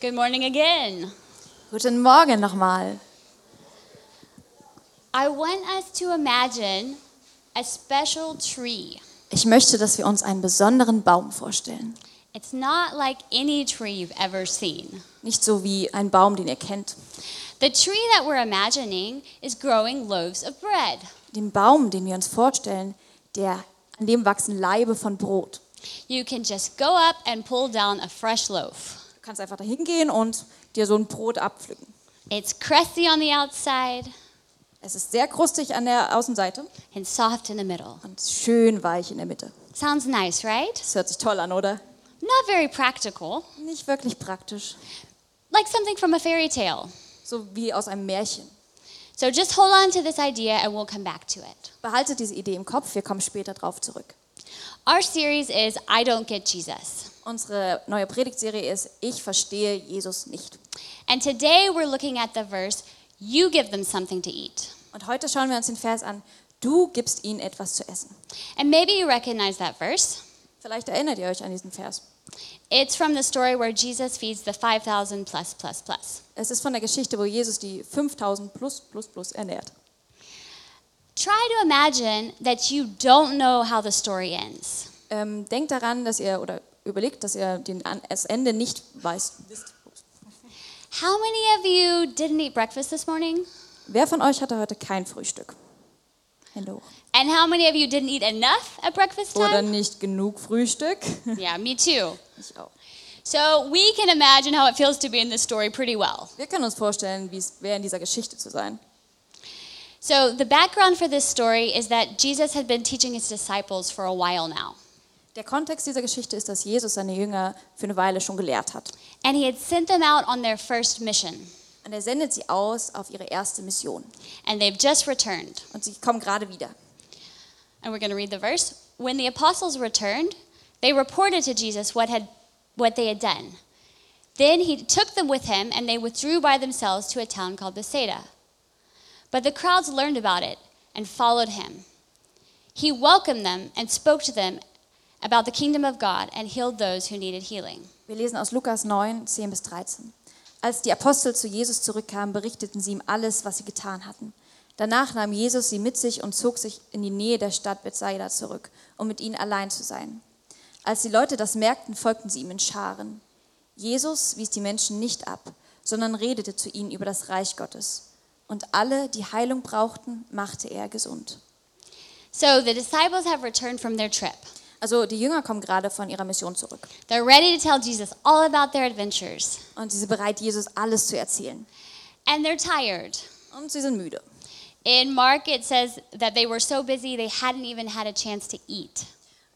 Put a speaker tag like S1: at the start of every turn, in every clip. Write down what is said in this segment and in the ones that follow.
S1: Good morning again.
S2: Guten Morgen nochmal.
S1: I want us to imagine a special tree.
S2: Ich möchte, dass wir uns einen besonderen Baum vorstellen.
S1: It's not like any tree you've ever seen.
S2: Nicht so wie ein Baum, den ihr kennt.
S1: The tree that we're imagining is growing loaves of bread.
S2: Den Baum, den wir uns vorstellen, der, an dem wachsen Leibe von Brot.
S1: You can just go up and pull down a fresh loaf.
S2: Du kannst einfach da hingehen und dir so ein Brot abpflücken.
S1: It's crusty on the outside
S2: Es ist sehr krustig an der Außenseite
S1: and soft in the middle.
S2: und schön weich in der Mitte.
S1: Sounds nice, right?
S2: Das hört sich toll an, oder?
S1: Not very practical,
S2: Nicht wirklich praktisch.
S1: like something from a fairy tale.
S2: So wie aus einem Märchen.
S1: So just hold on to this idea and we'll come back to it.
S2: Behaltet diese Idee im Kopf, wir kommen später drauf zurück.
S1: Our series is I Don't Get Jesus.
S2: Unsere neue Predigtserie ist Ich verstehe Jesus nicht.
S1: And today we're looking at the verse, You give them something to eat.
S2: Und heute schauen wir uns den Vers an. Du gibst ihnen etwas zu essen.
S1: And maybe you recognize that verse.
S2: Vielleicht erinnert ihr euch an diesen Vers.
S1: It's from the story where Jesus feeds the 5,000 plus, plus, plus.
S2: Es ist von der Geschichte, wo Jesus die 5000 plus plus plus ernährt.
S1: Try to imagine that you don't know how the story ends.
S2: Ähm, denkt daran, dass ihr oder überlegt, dass ihr den, an- das Ende nicht weiß. Wisst.
S1: How many of you didn't eat breakfast this morning?
S2: Wer von euch hatte heute kein Frühstück? Hände hoch.
S1: And how many of you didn't eat enough at breakfast
S2: Oder
S1: time?
S2: nicht genug Frühstück?
S1: Yeah, me too.
S2: Ich auch.
S1: So we can imagine how it feels to be in this story pretty well.
S2: Wir können uns vorstellen, wie es wäre, in dieser Geschichte zu sein.
S1: So, the background for this story is that Jesus had been teaching his disciples for a while now.
S2: Der Kontext dieser Geschichte ist, dass Jesus seine Jünger für eine Weile schon gelehrt hat.
S1: And he had sent them out on their first mission.
S2: Und er sendet sie aus auf ihre erste Mission.
S1: And they've just returned.
S2: Und sie kommen gerade wieder.
S1: And we're going to read the verse. When the apostles returned, they reported to Jesus what, had, what they had done. Then he took them with him, and they withdrew by themselves to a town called Bethsaida. But the crowds learned about it and followed him. He welcomed them and spoke to them about the kingdom of God and healed those who needed healing.
S2: Wir lesen aus Lukas 9, 10 bis 13. Als die Apostel zu Jesus zurückkamen, berichteten sie ihm alles, was sie getan hatten. Danach nahm Jesus sie mit sich und zog sich in die Nähe der Stadt Bethsaida zurück, um mit ihnen allein zu sein. Als die Leute das merkten, folgten sie ihm in Scharen. Jesus wies die Menschen nicht ab, sondern redete zu ihnen über das Reich Gottes. Und alle, die Heilung brauchten, machte er gesund.
S1: So the disciples have returned from their trip.
S2: Also die Jünger kommen gerade von ihrer Mission zurück
S1: They're ready to tell Jesus all about their adventures,
S2: und sie sind bereit, Jesus alles zu erzählen.
S1: and they're tired.
S2: Und sie sind müde.
S1: In Mark, it says that they were so busy they hadn't even had a chance to eat.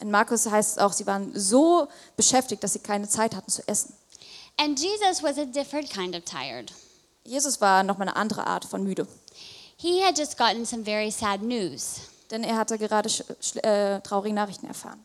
S2: In Markus heißt es auch, sie waren so beschäftigt, dass sie keine Zeit hatten zu essen.
S1: And Jesus was a different kind of tired.
S2: Jesus war nochmal eine andere Art von müde,
S1: He had just gotten some very sad news.
S2: denn er hatte gerade sch schl- äh, traurige Nachrichten erfahren.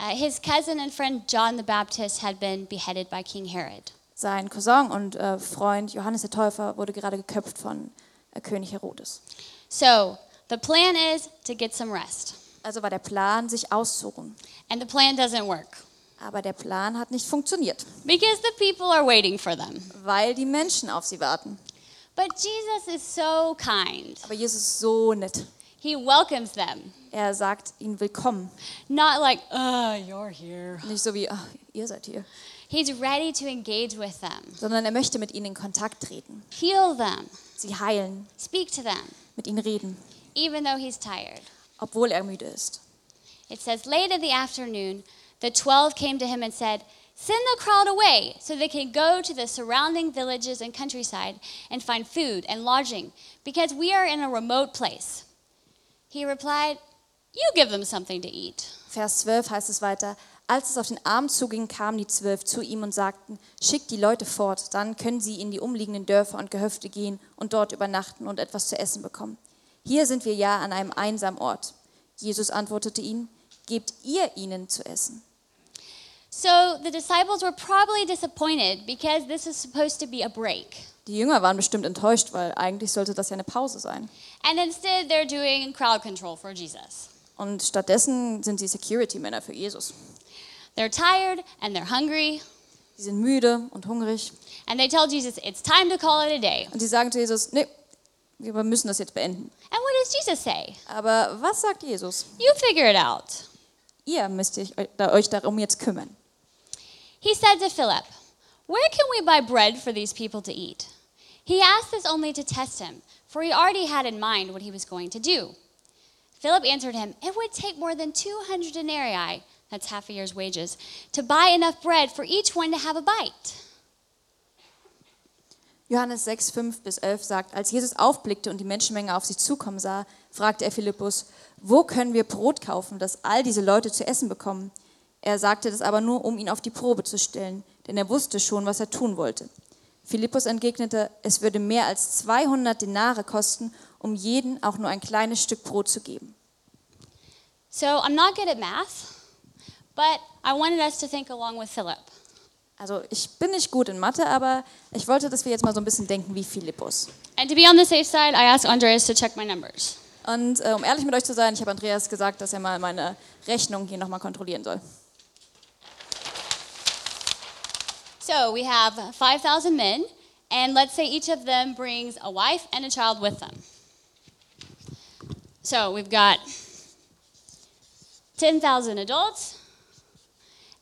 S1: Uh, his cousin and friend John the Baptist had been beheaded by King Herod.
S2: Sein Cousin und äh, Freund Johannes der Täufer wurde gerade geköpft von äh, König Herodes.
S1: So the plan is to get some rest.
S2: Also war der Plan, sich auszuruhen.
S1: And the plan doesn't work
S2: Aber der Plan hat nicht funktioniert,
S1: because the people are waiting for them.
S2: weil die Menschen auf sie warten.
S1: But Jesus is so kind.
S2: Aber Jesus ist so nett.
S1: He welcomes them,
S2: Er sagt ihnen willkommen.
S1: not like, uh, you're here.
S2: Nicht so wie, "Ach, ihr seid hier,
S1: He's ready to engage with them,
S2: sondern er möchte mit ihnen in Kontakt treten,
S1: heal them,
S2: sie heilen,
S1: speak to them,
S2: mit ihnen reden.
S1: even though he's tired.
S2: obwohl er müde ist.
S1: It says, late in the afternoon, the twelve came to him and said, Send the crowd away so they can go to the surrounding villages and countryside and find food and lodging, because we are in a remote place. He replied, You give them something to eat.
S2: Vers 12 heißt es weiter, als es auf den Abend zuging, kamen die Zwölf zu ihm und sagten, schickt die Leute fort, dann können sie in die umliegenden Dörfer und Gehöfte gehen und dort übernachten und etwas zu essen bekommen. Hier sind wir ja an einem einsamen Ort. Jesus antwortete ihnen, gebt ihr ihnen zu essen.
S1: So the disciples were probably disappointed because this is supposed to be a break.
S2: Die Jünger waren bestimmt enttäuscht, weil eigentlich sollte das ja eine Pause sein.
S1: And instead, they're doing crowd control for Jesus.
S2: Und stattdessen sind sie Security-Männer für Jesus.
S1: They're tired and they're hungry.
S2: Sie Sie sind müde und hungrig.
S1: And they tell Jesus, it's time to call it a day.
S2: Und sie sagen zu Jesus, nee, wir müssen das jetzt beenden.
S1: And what does Jesus say?
S2: Aber was sagt Jesus?
S1: You figure it out.
S2: Ihr müsst euch, da- euch darum jetzt kümmern.
S1: He said to Philip, Where can we buy bread for these people to eat? He asked this only to test him, for he already had in mind what he was going to do. Philip answered him, It would take more than 200 denarii, that's half a year's wages, to buy enough bread for each one to have a bite.
S2: Johannes 6, 5 bis 11 sagt, als Jesus aufblickte und die Menschenmenge auf sich zukommen sah, fragte er Philippus, wo können wir Brot kaufen, dass all diese Leute zu essen bekommen? Er sagte das aber nur, um ihn auf die Probe zu stellen, denn er wusste schon, was er tun wollte. Philippus entgegnete, es würde mehr als 200 Denare kosten, um jeden auch nur ein kleines Stück Brot zu geben.
S1: So I'm not good at math, but I wanted us to think along with Philip.
S2: Also ich bin nicht gut in Mathe, aber ich wollte, dass wir jetzt mal so ein bisschen denken wie Philippus.
S1: And to be on the safe side, I asked Andreas to check my numbers.
S2: Und äh, um ehrlich mit euch zu sein, ich habe Andreas gesagt, dass er mal meine Rechnung hier nochmal kontrollieren soll.
S1: So we have 5,000 men, and let's say each of them brings a wife and a child with them. So we've got 10,000 adults,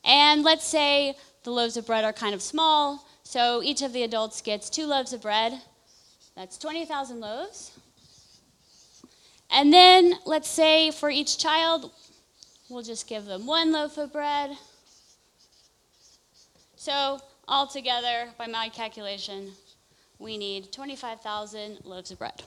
S1: and let's say the loaves of bread are kind of small, so each of the adults gets two loaves of bread. That's 20,000 loaves. And then let's say for each child, we'll just give them one loaf of bread. So, altogether, by my calculation, we need 25,000 loaves of bread.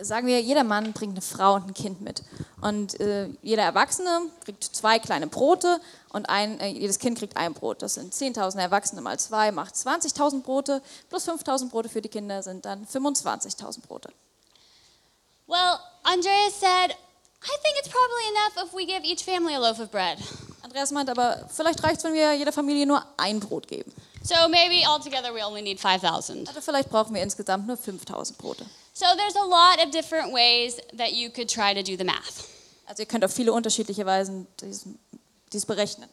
S2: Sagen wir, jeder Mann bringt eine Frau und ein Kind mit. Und äh, jeder Erwachsene kriegt zwei kleine Brote und ein, äh, jedes Kind kriegt ein Brot. Das sind 10.000 Erwachsene mal zwei, macht 20.000 Brote. Plus 5.000 Brote für die Kinder sind dann 25.000 Brote.
S1: Well, Andreas said, I think it's probably enough if we give each family a loaf of bread.
S2: Andreas meint aber, vielleicht reicht es, wenn wir jeder Familie nur ein Brot geben.
S1: So maybe altogether we only need 5,000.
S2: Also vielleicht brauchen wir insgesamt nur 5.000 Brote.
S1: So there's a lot of different ways that you could try to do the math.
S2: Also ihr könnt auf viele unterschiedliche Weisen dies, dies berechnen.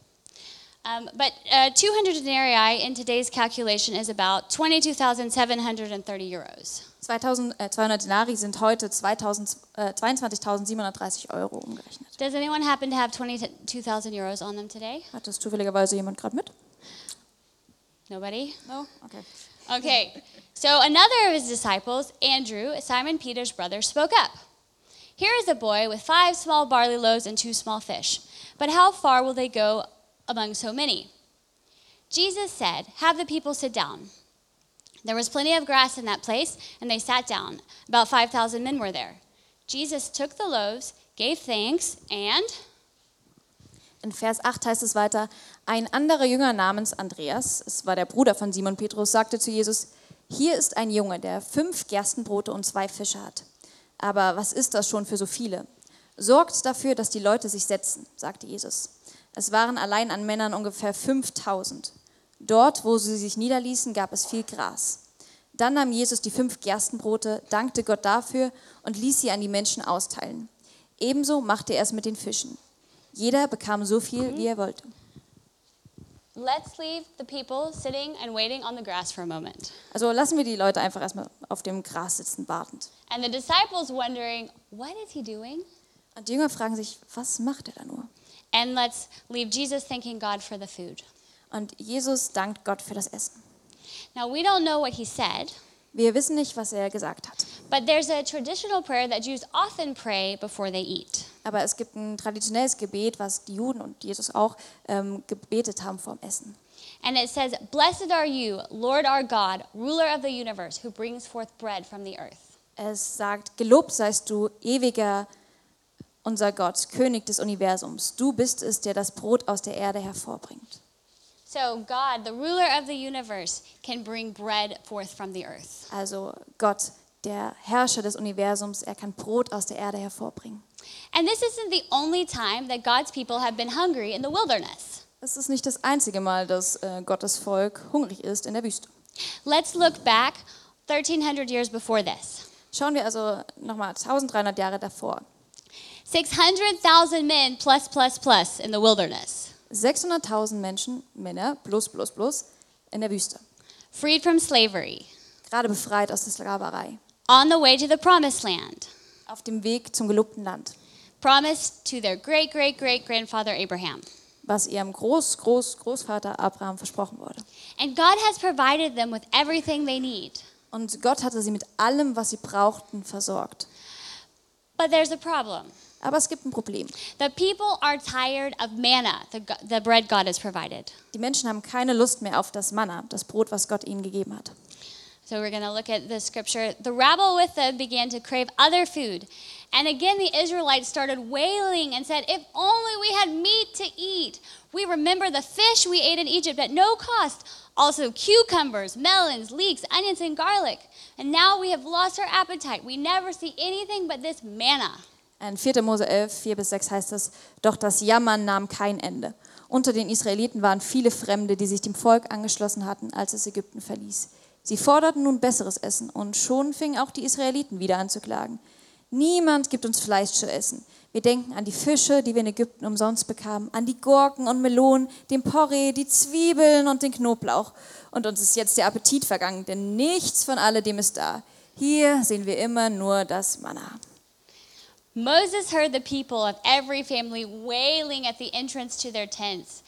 S1: Um, but uh, 200 denarii in today's calculation is about 22,730 euros.
S2: 2000, äh, 200 Denari sind heute 2000, äh, 22.730 Euro umgerechnet.
S1: Does anyone happen to have 22,000 euros on them today?
S2: Hat das zufälligerweise jemand gerade mit?
S1: Nobody?
S2: No? Okay.
S1: Okay, so another of his disciples, Andrew, Simon Peter's brother, spoke up. Here is a boy with five small barley loaves and two small fish, but how far will they go among so many? Jesus said, Have the people sit down. There was plenty of grass in that place, and they sat down. About 5,000 men were there. Jesus took the loaves, gave thanks, and
S2: In Vers 8 heißt es weiter, ein anderer Jünger namens Andreas, es war der Bruder von Simon Petrus, sagte zu Jesus, hier ist ein Junge, der fünf Gerstenbrote und zwei Fische hat. Aber was ist das schon für so viele? Sorgt dafür, dass die Leute sich setzen, sagte Jesus. Es waren allein an Männern ungefähr 5000. Dort, wo sie sich niederließen, gab es viel Gras. Dann nahm Jesus die fünf Gerstenbrote, dankte Gott dafür und ließ sie an die Menschen austeilen. Ebenso machte er es mit den Fischen. Jeder bekam so viel, wie er wollte.
S1: let's leave the people sitting and waiting on the grass for a moment.
S2: Also lassen wir die Leute einfach erstmal auf dem Gras sitzen, wartend.
S1: And the disciples wondering, What is he doing?
S2: Und die Jünger fragen sich, was macht er da nur?
S1: And let's leave Jesus thanking God for the food.
S2: Und Jesus dankt Gott für das Essen.
S1: Now, we don't know what he said,
S2: Wir wissen nicht, was er gesagt hat,
S1: but there's a traditional prayer that Jews often pray before they eat.
S2: aber es gibt ein traditionelles Gebet, was die Juden und Jesus auch ähm, gebetet haben vorm Essen.
S1: And it says, Blessed are you, Lord our God, ruler of the universe, who brings forth bread from the earth.
S2: Es sagt, gelobt seist du, ewiger unser Gott, König des Universums. Du bist es, der das Brot aus der Erde hervorbringt.
S1: So, God, the ruler of the universe, can bring bread forth from the earth.
S2: Also Gott, der Herrscher des Universums, er kann Brot aus der Erde hervorbringen.
S1: And this isn't the only time that God's people have been hungry in the wilderness.
S2: Es ist nicht das einzige Mal, dass äh, Gottes Volk hungrig ist in der Wüste.
S1: Let's look back 1,300 years before this.
S2: Schauen wir also nochmal 1300 Jahre davor.
S1: 600,000 men plus, plus, plus in the wilderness.
S2: 600.000 Menschen, Männer, plus, plus, plus, äh, in der Wüste,
S1: freed from slavery,
S2: gerade befreit aus der Sklaverei,
S1: on the way to the promised land,
S2: auf dem Weg zum gelobten Land,
S1: promised to their great great great grandfather Abraham.
S2: was ihrem Groß, Groß, Großvater Abraham versprochen wurde.
S1: And God has provided them with everything they need.
S2: Und Gott hatte sie mit allem, was sie brauchten, versorgt.
S1: But there's a problem.
S2: Aber es gibt ein Problem.
S1: The people are tired of manna, the, go- the bread God has provided.
S2: Die Menschen haben keine Lust mehr auf das Manna, das Brot, was Gott ihnen gegeben hat.
S1: So we're going to look at the scripture. The rabble with them began to crave other food. And again, the Israelites started wailing and said, If only we had meat to eat. We remember the fish we ate in Egypt at no cost, also cucumbers, melons, leeks, onions, and garlic. And now we have lost our appetite. We never see anything but this manna.
S2: In 4. Mose 11, 4 bis 6 heißt es, doch das Jammern nahm kein Ende. Unter den Israeliten waren viele Fremde, die sich dem Volk angeschlossen hatten, als es Ägypten verließ. Sie forderten nun besseres Essen und schon fingen auch die Israeliten wieder an zu klagen. Niemand gibt uns Fleisch zu essen. Wir denken an die Fische, die wir in Ägypten umsonst bekamen, an die Gurken und Melonen, den Porree, die Zwiebeln und den Knoblauch. Und uns ist jetzt der Appetit vergangen, denn nichts von alledem ist da. Hier sehen wir immer nur das Manna.
S1: Moses heard the people of every family wailing at the entrance to their tents.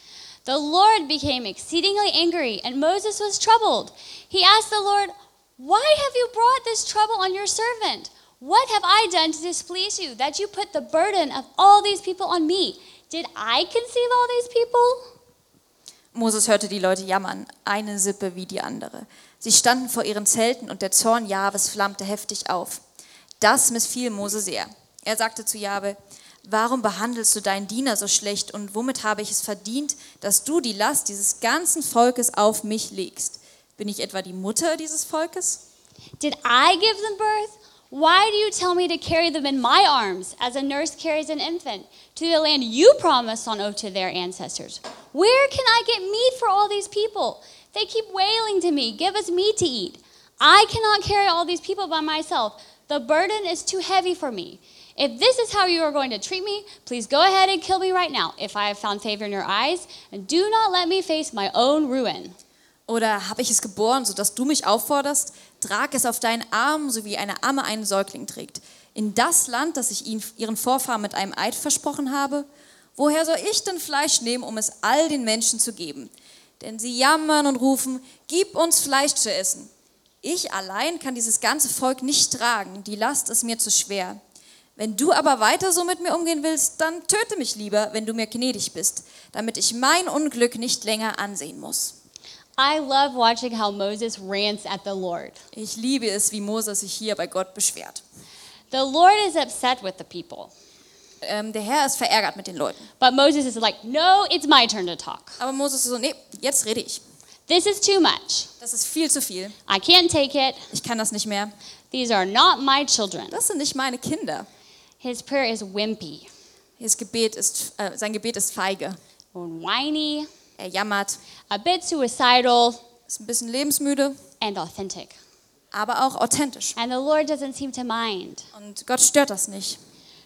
S1: The Lord became exceedingly angry, and Moses was troubled. He asked the Lord, Why have you brought this trouble on your servant? What have I done to displease you that you put the burden of all these people on me? Did I conceive all these people?
S2: Moses hörte die Leute jammern, eine Sippe wie die andere. Sie standen vor ihren Zelten und der Zorn Jahwes flammte heftig auf. Das missfiel Mose sehr. Er sagte zu Jahwe, warum behandelst du deinen Diener so schlecht und womit habe ich es verdient, dass du die Last dieses ganzen Volkes auf mich legst? Bin ich etwa die Mutter dieses Volkes?
S1: Did I give them birth? Why do you tell me to carry them in my arms as a nurse carries an infant to the land you promised on oath to their ancestors? Where can I get meat for all these people? They keep wailing to me, give us meat to eat. I cannot carry all these people by myself. The burden is too heavy for me. If this is how you are going to treat me, please go ahead and kill me right now, if I have found favor in your eyes, and do not let me face my own ruin.
S2: Oder habe ich es geboren, sodass du mich aufforderst? Trag es auf deinen Arm, so wie eine Amme einen Säugling trägt. In das Land, das ich ihnen, ihren Vorfahren mit einem Eid versprochen habe? Woher soll ich denn Fleisch nehmen, um es all den Menschen zu geben? Denn sie jammern und rufen, gib uns Fleisch zu essen. Ich allein kann dieses ganze Volk nicht tragen, die Last ist mir zu schwer. Wenn du aber weiter so mit mir umgehen willst, dann töte mich lieber, wenn du mir gnädig bist, damit ich mein Unglück nicht länger ansehen muss.
S1: I love watching how Moses rants at the Lord.
S2: Ich liebe es, wie Moses sich hier bei Gott beschwert.
S1: The Lord is upset with the people.
S2: Ähm, der Herr ist verärgert mit den Leuten.
S1: But Moses is like, no, it's my turn to talk.
S2: Aber Moses ist so, nee, jetzt rede ich.
S1: This is too much.
S2: Das ist viel zu viel.
S1: I can't take it.
S2: Ich kann das nicht mehr.
S1: These are not my children.
S2: Das sind nicht meine Kinder.
S1: His prayer is wimpy
S2: His Gebet ist, äh, sein Gebet ist feige.
S1: and whiny,
S2: Er jammert,
S1: a bit suicidal,
S2: ist ein bisschen lebensmüde,
S1: and authentic.
S2: aber auch authentisch.
S1: And the Lord doesn't seem to mind.
S2: Und Gott stört das nicht.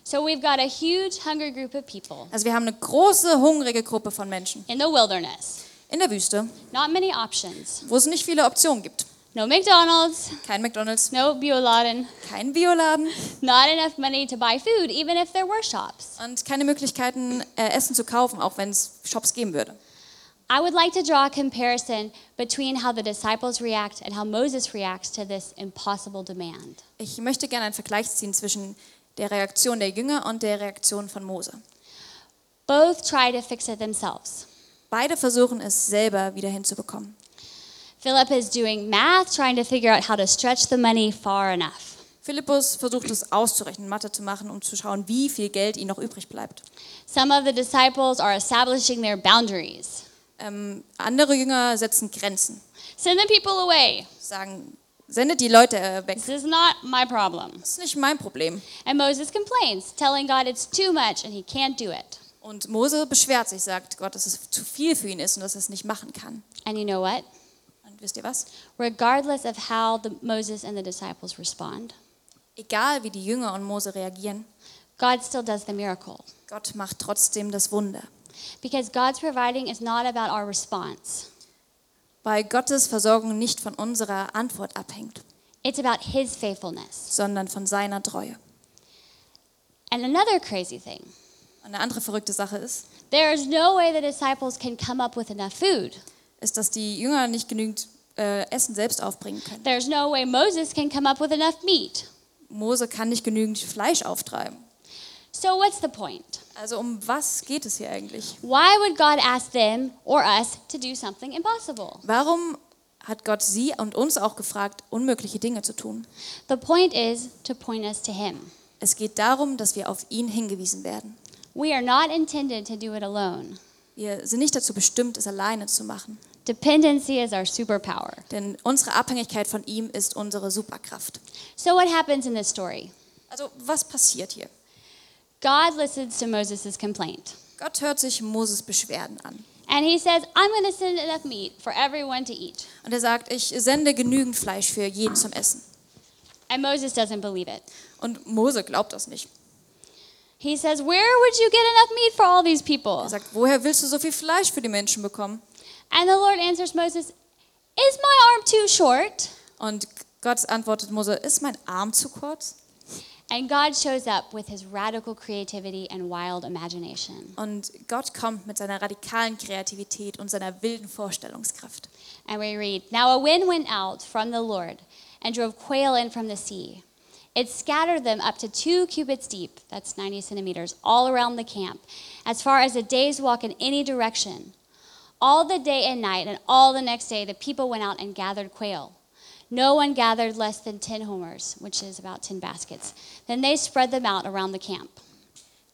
S1: So we've got a huge hungry group of people
S2: Also wir haben eine große, hungrige Gruppe von Menschen
S1: in the wilderness.
S2: in der Wüste,
S1: Not many options.
S2: wo es nicht viele Optionen gibt.
S1: No McDonald's,
S2: Kein McDonald's,
S1: no Bioladen,
S2: kein Bioladen
S1: not enough money to buy food, even if there were shops.
S2: und keine Möglichkeiten, äh, Essen zu kaufen, auch wenn es Shops geben würde.
S1: I would like to draw a comparison between how the disciples react and how Moses reacts to this impossible demand.
S2: Ich möchte gerne einen Vergleich ziehen zwischen der Reaktion der Jünger und der Reaktion von Mose.
S1: Both try to fix it themselves.
S2: Beide versuchen es selber wieder hinzubekommen.
S1: Philip is doing math, trying to figure out how to stretch the money far enough.
S2: Philippus versucht es auszurechnen, Mathe zu machen, um zu schauen, wie viel Geld ihm noch übrig bleibt.
S1: Some of the disciples are establishing their boundaries.
S2: Ähm, andere Jünger setzen Grenzen,
S1: Send the people away.
S2: sagen, sendet die Leute äh, weg.
S1: This is not my problem.
S2: Das ist nicht mein Problem.
S1: And Moses complains, telling God it's too much and he can't do it.
S2: Und Mose beschwert sich, sagt Gott, dass es zu viel für ihn ist und dass er es nicht machen kann.
S1: And you know what?
S2: Und wisst ihr was?
S1: Regardless of how the, Moses and the disciples respond,
S2: Egal wie die Jünger und Mose reagieren,
S1: God still does the miracle.
S2: Gott macht trotzdem das Wunder.
S1: Because God's providing is not about our response.
S2: weil Gottes Versorgung nicht von unserer Antwort abhängt,
S1: It's about his faithfulness.
S2: sondern von seiner Treue.
S1: And another crazy thing
S2: Und eine andere verrückte Sache ist,
S1: there is no way the disciples can come up with enough food.
S2: ist, dass die Jünger nicht genügend äh, Essen selbst aufbringen können.
S1: There's no way Moses can come up with enough meat.
S2: Mose kann nicht genügend Fleisch auftreiben.
S1: So, what's the point?
S2: Also um was geht es hier eigentlich?
S1: Why would God ask them or us to do something impossible?
S2: Warum hat Gott sie und uns auch gefragt, unmögliche Dinge zu tun?
S1: The point is to point us to Him.
S2: Es geht darum, dass wir auf ihn hingewiesen werden.
S1: We are not intended to do it alone.
S2: Wir sind nicht dazu bestimmt, es alleine zu machen,
S1: Dependency is our superpower.
S2: denn unsere Abhängigkeit von ihm ist unsere Superkraft.
S1: So, what happens in this story?
S2: Also was passiert hier?
S1: God listens to Moses' complaint.
S2: Gott hört sich Moses Beschwerden an
S1: And he says, I'm going to send enough meat for everyone to eat.
S2: und er sagt, ich sende genügend Fleisch für jeden zum Essen.
S1: And Moses doesn't believe it.
S2: Und Mose glaubt das nicht.
S1: He says, Where would you get enough meat for all these
S2: Er
S1: people?
S2: sagt, woher willst du so viel Fleisch für die Menschen bekommen?
S1: And the Lord answers Moses, Is my arm too short?
S2: Und Gott antwortet Mose, ist mein Arm zu kurz?
S1: And God shows up with his radical creativity and wild imagination.
S2: Und Gott kommt mit seiner radikalen Kreativität und seiner wilden Vorstellungskraft.
S1: And we read, Now a wind went out from the Lord and drove quail in from the sea. It scattered them up to two cubits deep, that's 90 centimeters, all around the camp, as far as a day's walk in any direction. All the day and night, and all the next day, the people went out and gathered quail. No one gathered less than 10 homers, which is about 10 baskets. Then they spread them out around the camp.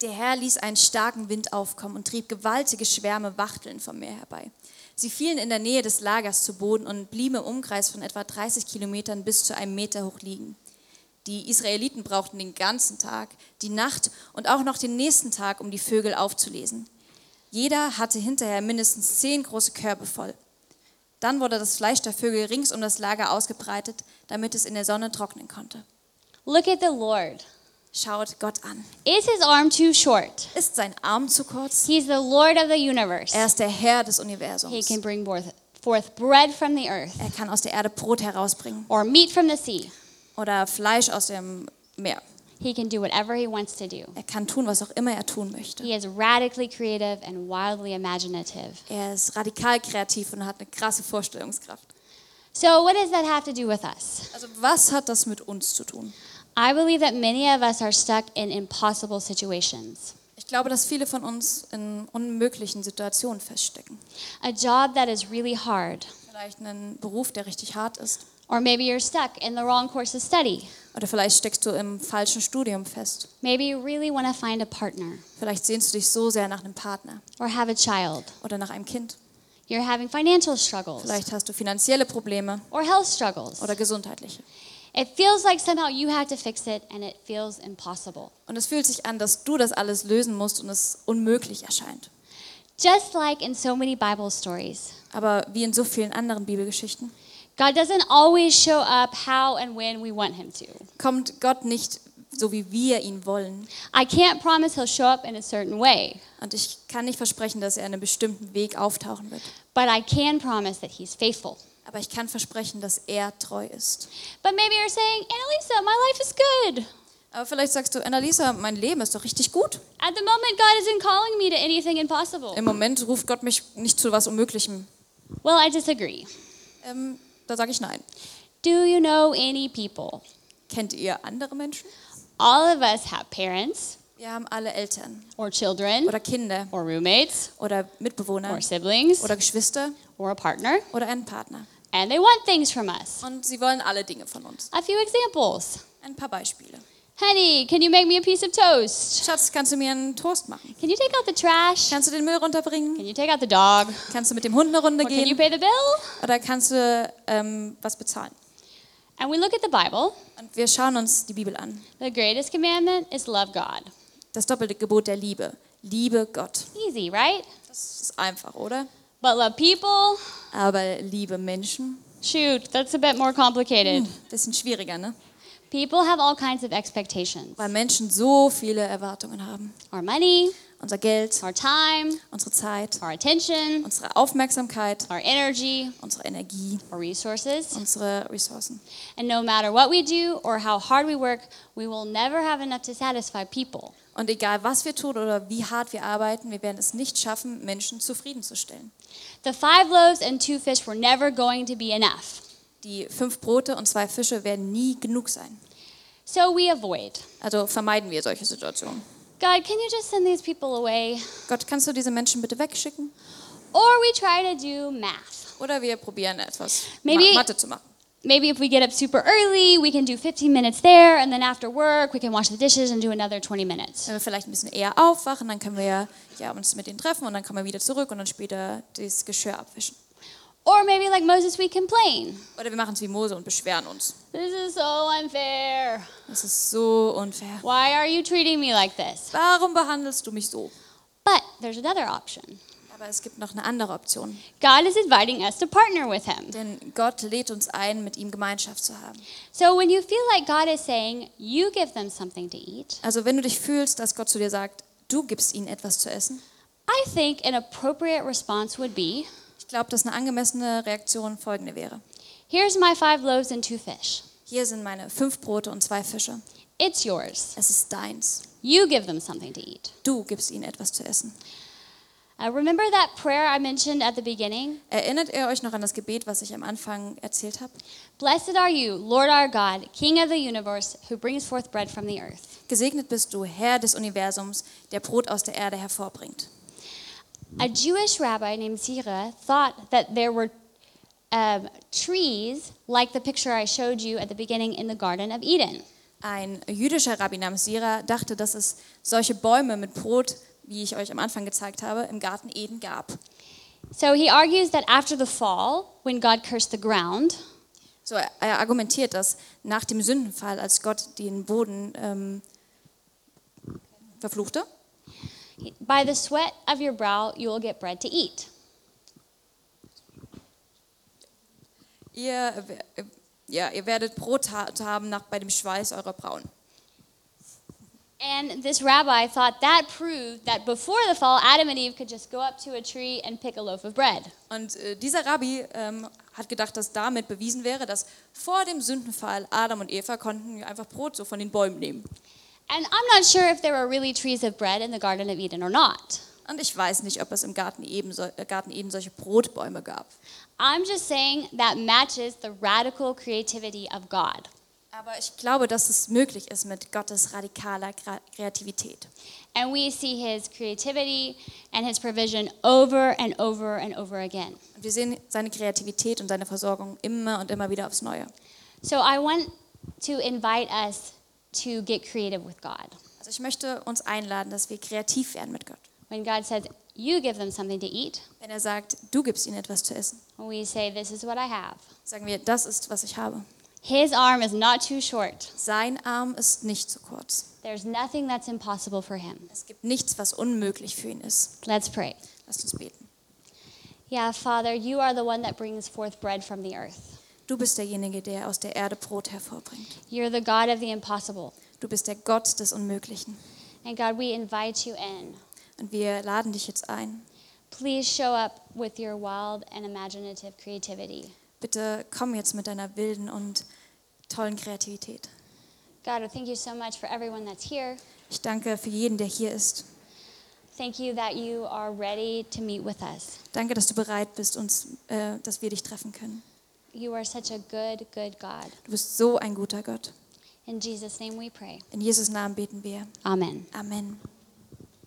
S2: Der Herr ließ einen starken Wind aufkommen und trieb gewaltige Schwärme Wachteln vom Meer herbei. Sie fielen in der Nähe des Lagers zu Boden und blieben im Umkreis von etwa 30 Kilometern bis zu einem Meter hoch liegen. Die Israeliten brauchten den ganzen Tag, die Nacht und auch noch den nächsten Tag, um die Vögel aufzulesen. Jeder hatte hinterher mindestens zehn große Körbe voll. Dann wurde das Fleisch der Vögel rings um das Lager ausgebreitet, damit es in der Sonne trocknen konnte.
S1: Look at the Lord.
S2: Schaut Gott an.
S1: Is his arm too short?
S2: Ist sein Arm zu kurz?
S1: He's the Lord of the universe.
S2: Er ist der Herr des
S1: He
S2: Universums.
S1: can bring forth, forth bread from the earth
S2: Er kann aus der Erde Brot herausbringen
S1: or meat from the sea.
S2: oder Fleisch aus dem Meer.
S1: He can do whatever he wants to do.
S2: Er kann tun, was auch immer er tun möchte.
S1: He is radically creative and wildly imaginative.
S2: Er ist radikal kreativ und hat eine krasse Vorstellungskraft.
S1: So, what does that have to do with us?
S2: Also was hat das mit uns zu tun?
S1: I believe that many of us are stuck in impossible situations.
S2: Ich glaube, dass viele von uns in unmöglichen Situationen feststecken.
S1: A job that is really hard,
S2: Vielleicht einen Beruf, der richtig hart ist.
S1: or maybe you're stuck in the wrong course of study.
S2: Oder vielleicht steckst du im falschen Studium fest.
S1: Maybe you really want to find a partner
S2: Vielleicht sehnst du dich so sehr nach einem Partner
S1: or have a child.
S2: oder nach einem Kind.
S1: You're having financial struggles
S2: Vielleicht hast du finanzielle Probleme
S1: or health struggles.
S2: oder gesundheitliche.
S1: It feels like somehow you have to fix it and it feels impossible.
S2: Und es fühlt sich an, dass du das alles lösen musst und es unmöglich erscheint.
S1: Just like in so many Bible stories,
S2: Aber wie in so vielen anderen Bibelgeschichten
S1: God doesn't always show up how and when we want Him to.
S2: kommt Gott nicht so, wie wir ihn wollen.
S1: I can't promise He'll show up in a certain way,
S2: Und ich kann nicht versprechen, dass er einen bestimmten Weg auftauchen wird.
S1: but I can promise that He's faithful.
S2: Aber ich kann versprechen, dass er treu ist.
S1: But maybe you're saying, Annalisa, my life is good.
S2: Aber vielleicht sagst du, Annalisa, mein Leben ist doch richtig gut.
S1: At the moment, God isn't calling me to anything impossible.
S2: Im Moment ruft Gott mich nicht zu was Unmöglichem.
S1: Well, I disagree.
S2: Ähm, da sage ich nein.
S1: Do you know any people?
S2: Kennt ihr andere Menschen?
S1: All of us have parents,
S2: Wir haben alle Eltern
S1: or children,
S2: oder Kinder
S1: or roommates,
S2: oder Mitbewohner
S1: or siblings,
S2: oder Geschwister
S1: or a partner,
S2: oder einen Partner.
S1: and they want things from us.
S2: Und sie wollen alle Dinge von uns.
S1: A few examples.
S2: Ein paar Beispiele.
S1: Honey, can you make me a piece of toast?
S2: Schatz, kannst du mir einen Toast machen?
S1: Can you take out the trash?
S2: Kannst du den Müll runterbringen?
S1: Can you take out the dog?
S2: Kannst du mit dem Hund eine Runde
S1: Or can you
S2: gehen?
S1: pay the bill?
S2: Oder kannst du ähm, was bezahlen?
S1: And we look at the Bible.
S2: Und wir schauen uns die Bibel an.
S1: The greatest commandment is love God.
S2: Das doppelte Gebot der Liebe. Liebe Gott.
S1: Easy, right?
S2: Das ist einfach, oder?
S1: But love people?
S2: Aber liebe Menschen?
S1: Shoot, that's a bit more complicated.
S2: Bisschen schwieriger, ne?
S1: People have all kinds of expectations
S2: Weil Menschen so viele Erwartungen haben.
S1: our money,
S2: unser Geld,
S1: our time,
S2: unsere Zeit,
S1: our attention,
S2: unsere Aufmerksamkeit,
S1: our energy,
S2: unsere Energie,
S1: our resources.
S2: unsere Ressourcen.
S1: And no matter what we do or how hard we work, we will never have enough to satisfy people.
S2: Und egal was wir tun oder wie hart wir arbeiten, wir werden es nicht schaffen, Menschen zufriedenzustellen.
S1: The five loaves and two fish were never going to be enough.
S2: Die fünf Brote und zwei Fische werden nie genug sein.
S1: So we avoid.
S2: Also vermeiden wir solche Situationen.
S1: God, can you just send these people away?
S2: Gott, kannst du diese Menschen bitte wegschicken?
S1: Or we try to do math.
S2: Oder wir probieren etwas
S1: Maybe-
S2: Ma- Mathe zu machen.
S1: Maybe if we get up super early, we can do 15 minutes there, and then after work, we can wash the dishes and do another 20 minutes.
S2: Wenn wir vielleicht ein bisschen eher aufwachen, dann können wir ja, ja uns mit denen treffen und dann kommen wir wieder zurück und dann später das Geschirr abwischen.
S1: Or maybe, like Moses, we complain.
S2: Oder wir machen es wie Mose und beschweren uns.
S1: This is so unfair.
S2: Das ist so unfair.
S1: Why are you treating me like this?
S2: Warum behandelst du mich so?
S1: But there's another option.
S2: Aber es gibt noch eine andere Option.
S1: God is inviting us to partner with Him.
S2: Denn Gott lädt uns ein, mit ihm Gemeinschaft zu haben.
S1: So when you feel like God is saying, you give them something to eat,
S2: Also wenn du dich fühlst, dass Gott zu dir sagt, du gibst ihnen etwas zu essen,
S1: I think an appropriate response would be,
S2: ich glaube, dass eine angemessene Reaktion folgende wäre.
S1: here's my five loaves and two fish.
S2: Hier sind meine fünf Brote und zwei Fische.
S1: It's yours.
S2: Es ist deins.
S1: You give them something to eat.
S2: Du gibst ihnen etwas zu essen.
S1: Uh, remember that prayer I mentioned at the beginning?
S2: Erinnert ihr euch noch an das Gebet, was ich am Anfang erzählt habe?
S1: Blessed are you, Lord our God, King of the universe, who brings forth bread from the earth.
S2: Gesegnet bist du, Herr des Universums, der Brot aus der Erde hervorbringt.
S1: A Jewish rabbi named Zira thought that there were um, trees like the picture I showed you at the beginning in the Garden of Eden.
S2: Ein jüdischer Rabbi namens Sira dachte, dass es solche Bäume mit Brot, wie ich euch am Anfang gezeigt habe, im Garten Eden gab.
S1: So he argues that after the fall, when God cursed the ground,
S2: So er er argumentiert, dass nach dem Sündenfall, als Gott den Boden ähm, verfluchte,
S1: by the sweat of your brow you will get bread to eat.
S2: ihr, äh, ja, ihr werdet Brot ha haben nach, bei dem Schweiß eurer Brauen.
S1: And this rabbi thought that proved that before the fall, Adam and Eve could just go up to a tree and pick a loaf of bread.
S2: Und äh, dieser Rabbi ähm, hat gedacht, dass damit bewiesen wäre, dass vor dem Sündenfall Adam und Eva konnten einfach Brot so von den Bäumen nehmen.
S1: And I'm not sure if there were really trees of bread in the Garden of Eden or not.
S2: Und ich weiß nicht, ob es im Garten Eden, so, äh, Garten Eden solche Brotbäume gab.
S1: I'm just saying that matches the radical creativity of God.
S2: Aber ich glaube, dass es möglich ist mit Gottes radikaler Gra- Kreativität.
S1: And we see his creativity and his provision over and over and over again.
S2: Und wir sehen seine Kreativität und seine Versorgung immer und immer wieder aufs Neue.
S1: So I want to invite us to get creative with God.
S2: Also ich möchte uns einladen, dass wir kreativ werden mit Gott.
S1: When God says, You give them something to eat,
S2: Wenn er sagt, du gibst ihnen etwas zu essen,
S1: we say, This is what I have.
S2: sagen wir, das ist, was ich habe.
S1: His arm is not too short.
S2: Sein Arm ist nicht zu kurz.
S1: There's nothing that's impossible for him.
S2: Es gibt nichts, was unmöglich für ihn ist.
S1: Let's pray.
S2: Lasst uns beten.
S1: Yeah, Father, you are the one that brings forth bread from the earth.
S2: Du bist derjenige, der aus der Erde Brot hervorbringt.
S1: You're the God of the impossible.
S2: Du bist der Gott des Unmöglichen.
S1: And God, we invite you in.
S2: Und wir laden dich jetzt ein.
S1: Please show up with your wild and imaginative creativity.
S2: Bitte komm jetzt mit deiner wilden und tollen Kreativität.
S1: God, I thank you so much for everyone that's here.
S2: Ich danke für jeden, der hier ist.
S1: Thank you that you are ready to meet with us.
S2: Danke, dass du bereit bist, uns, äh, dass wir dich treffen können.
S1: You are such a good, good God.
S2: Du bist so ein guter Gott.
S1: In Jesus' name we pray.
S2: In Jesus Namen beten wir.
S1: Amen.
S2: Amen.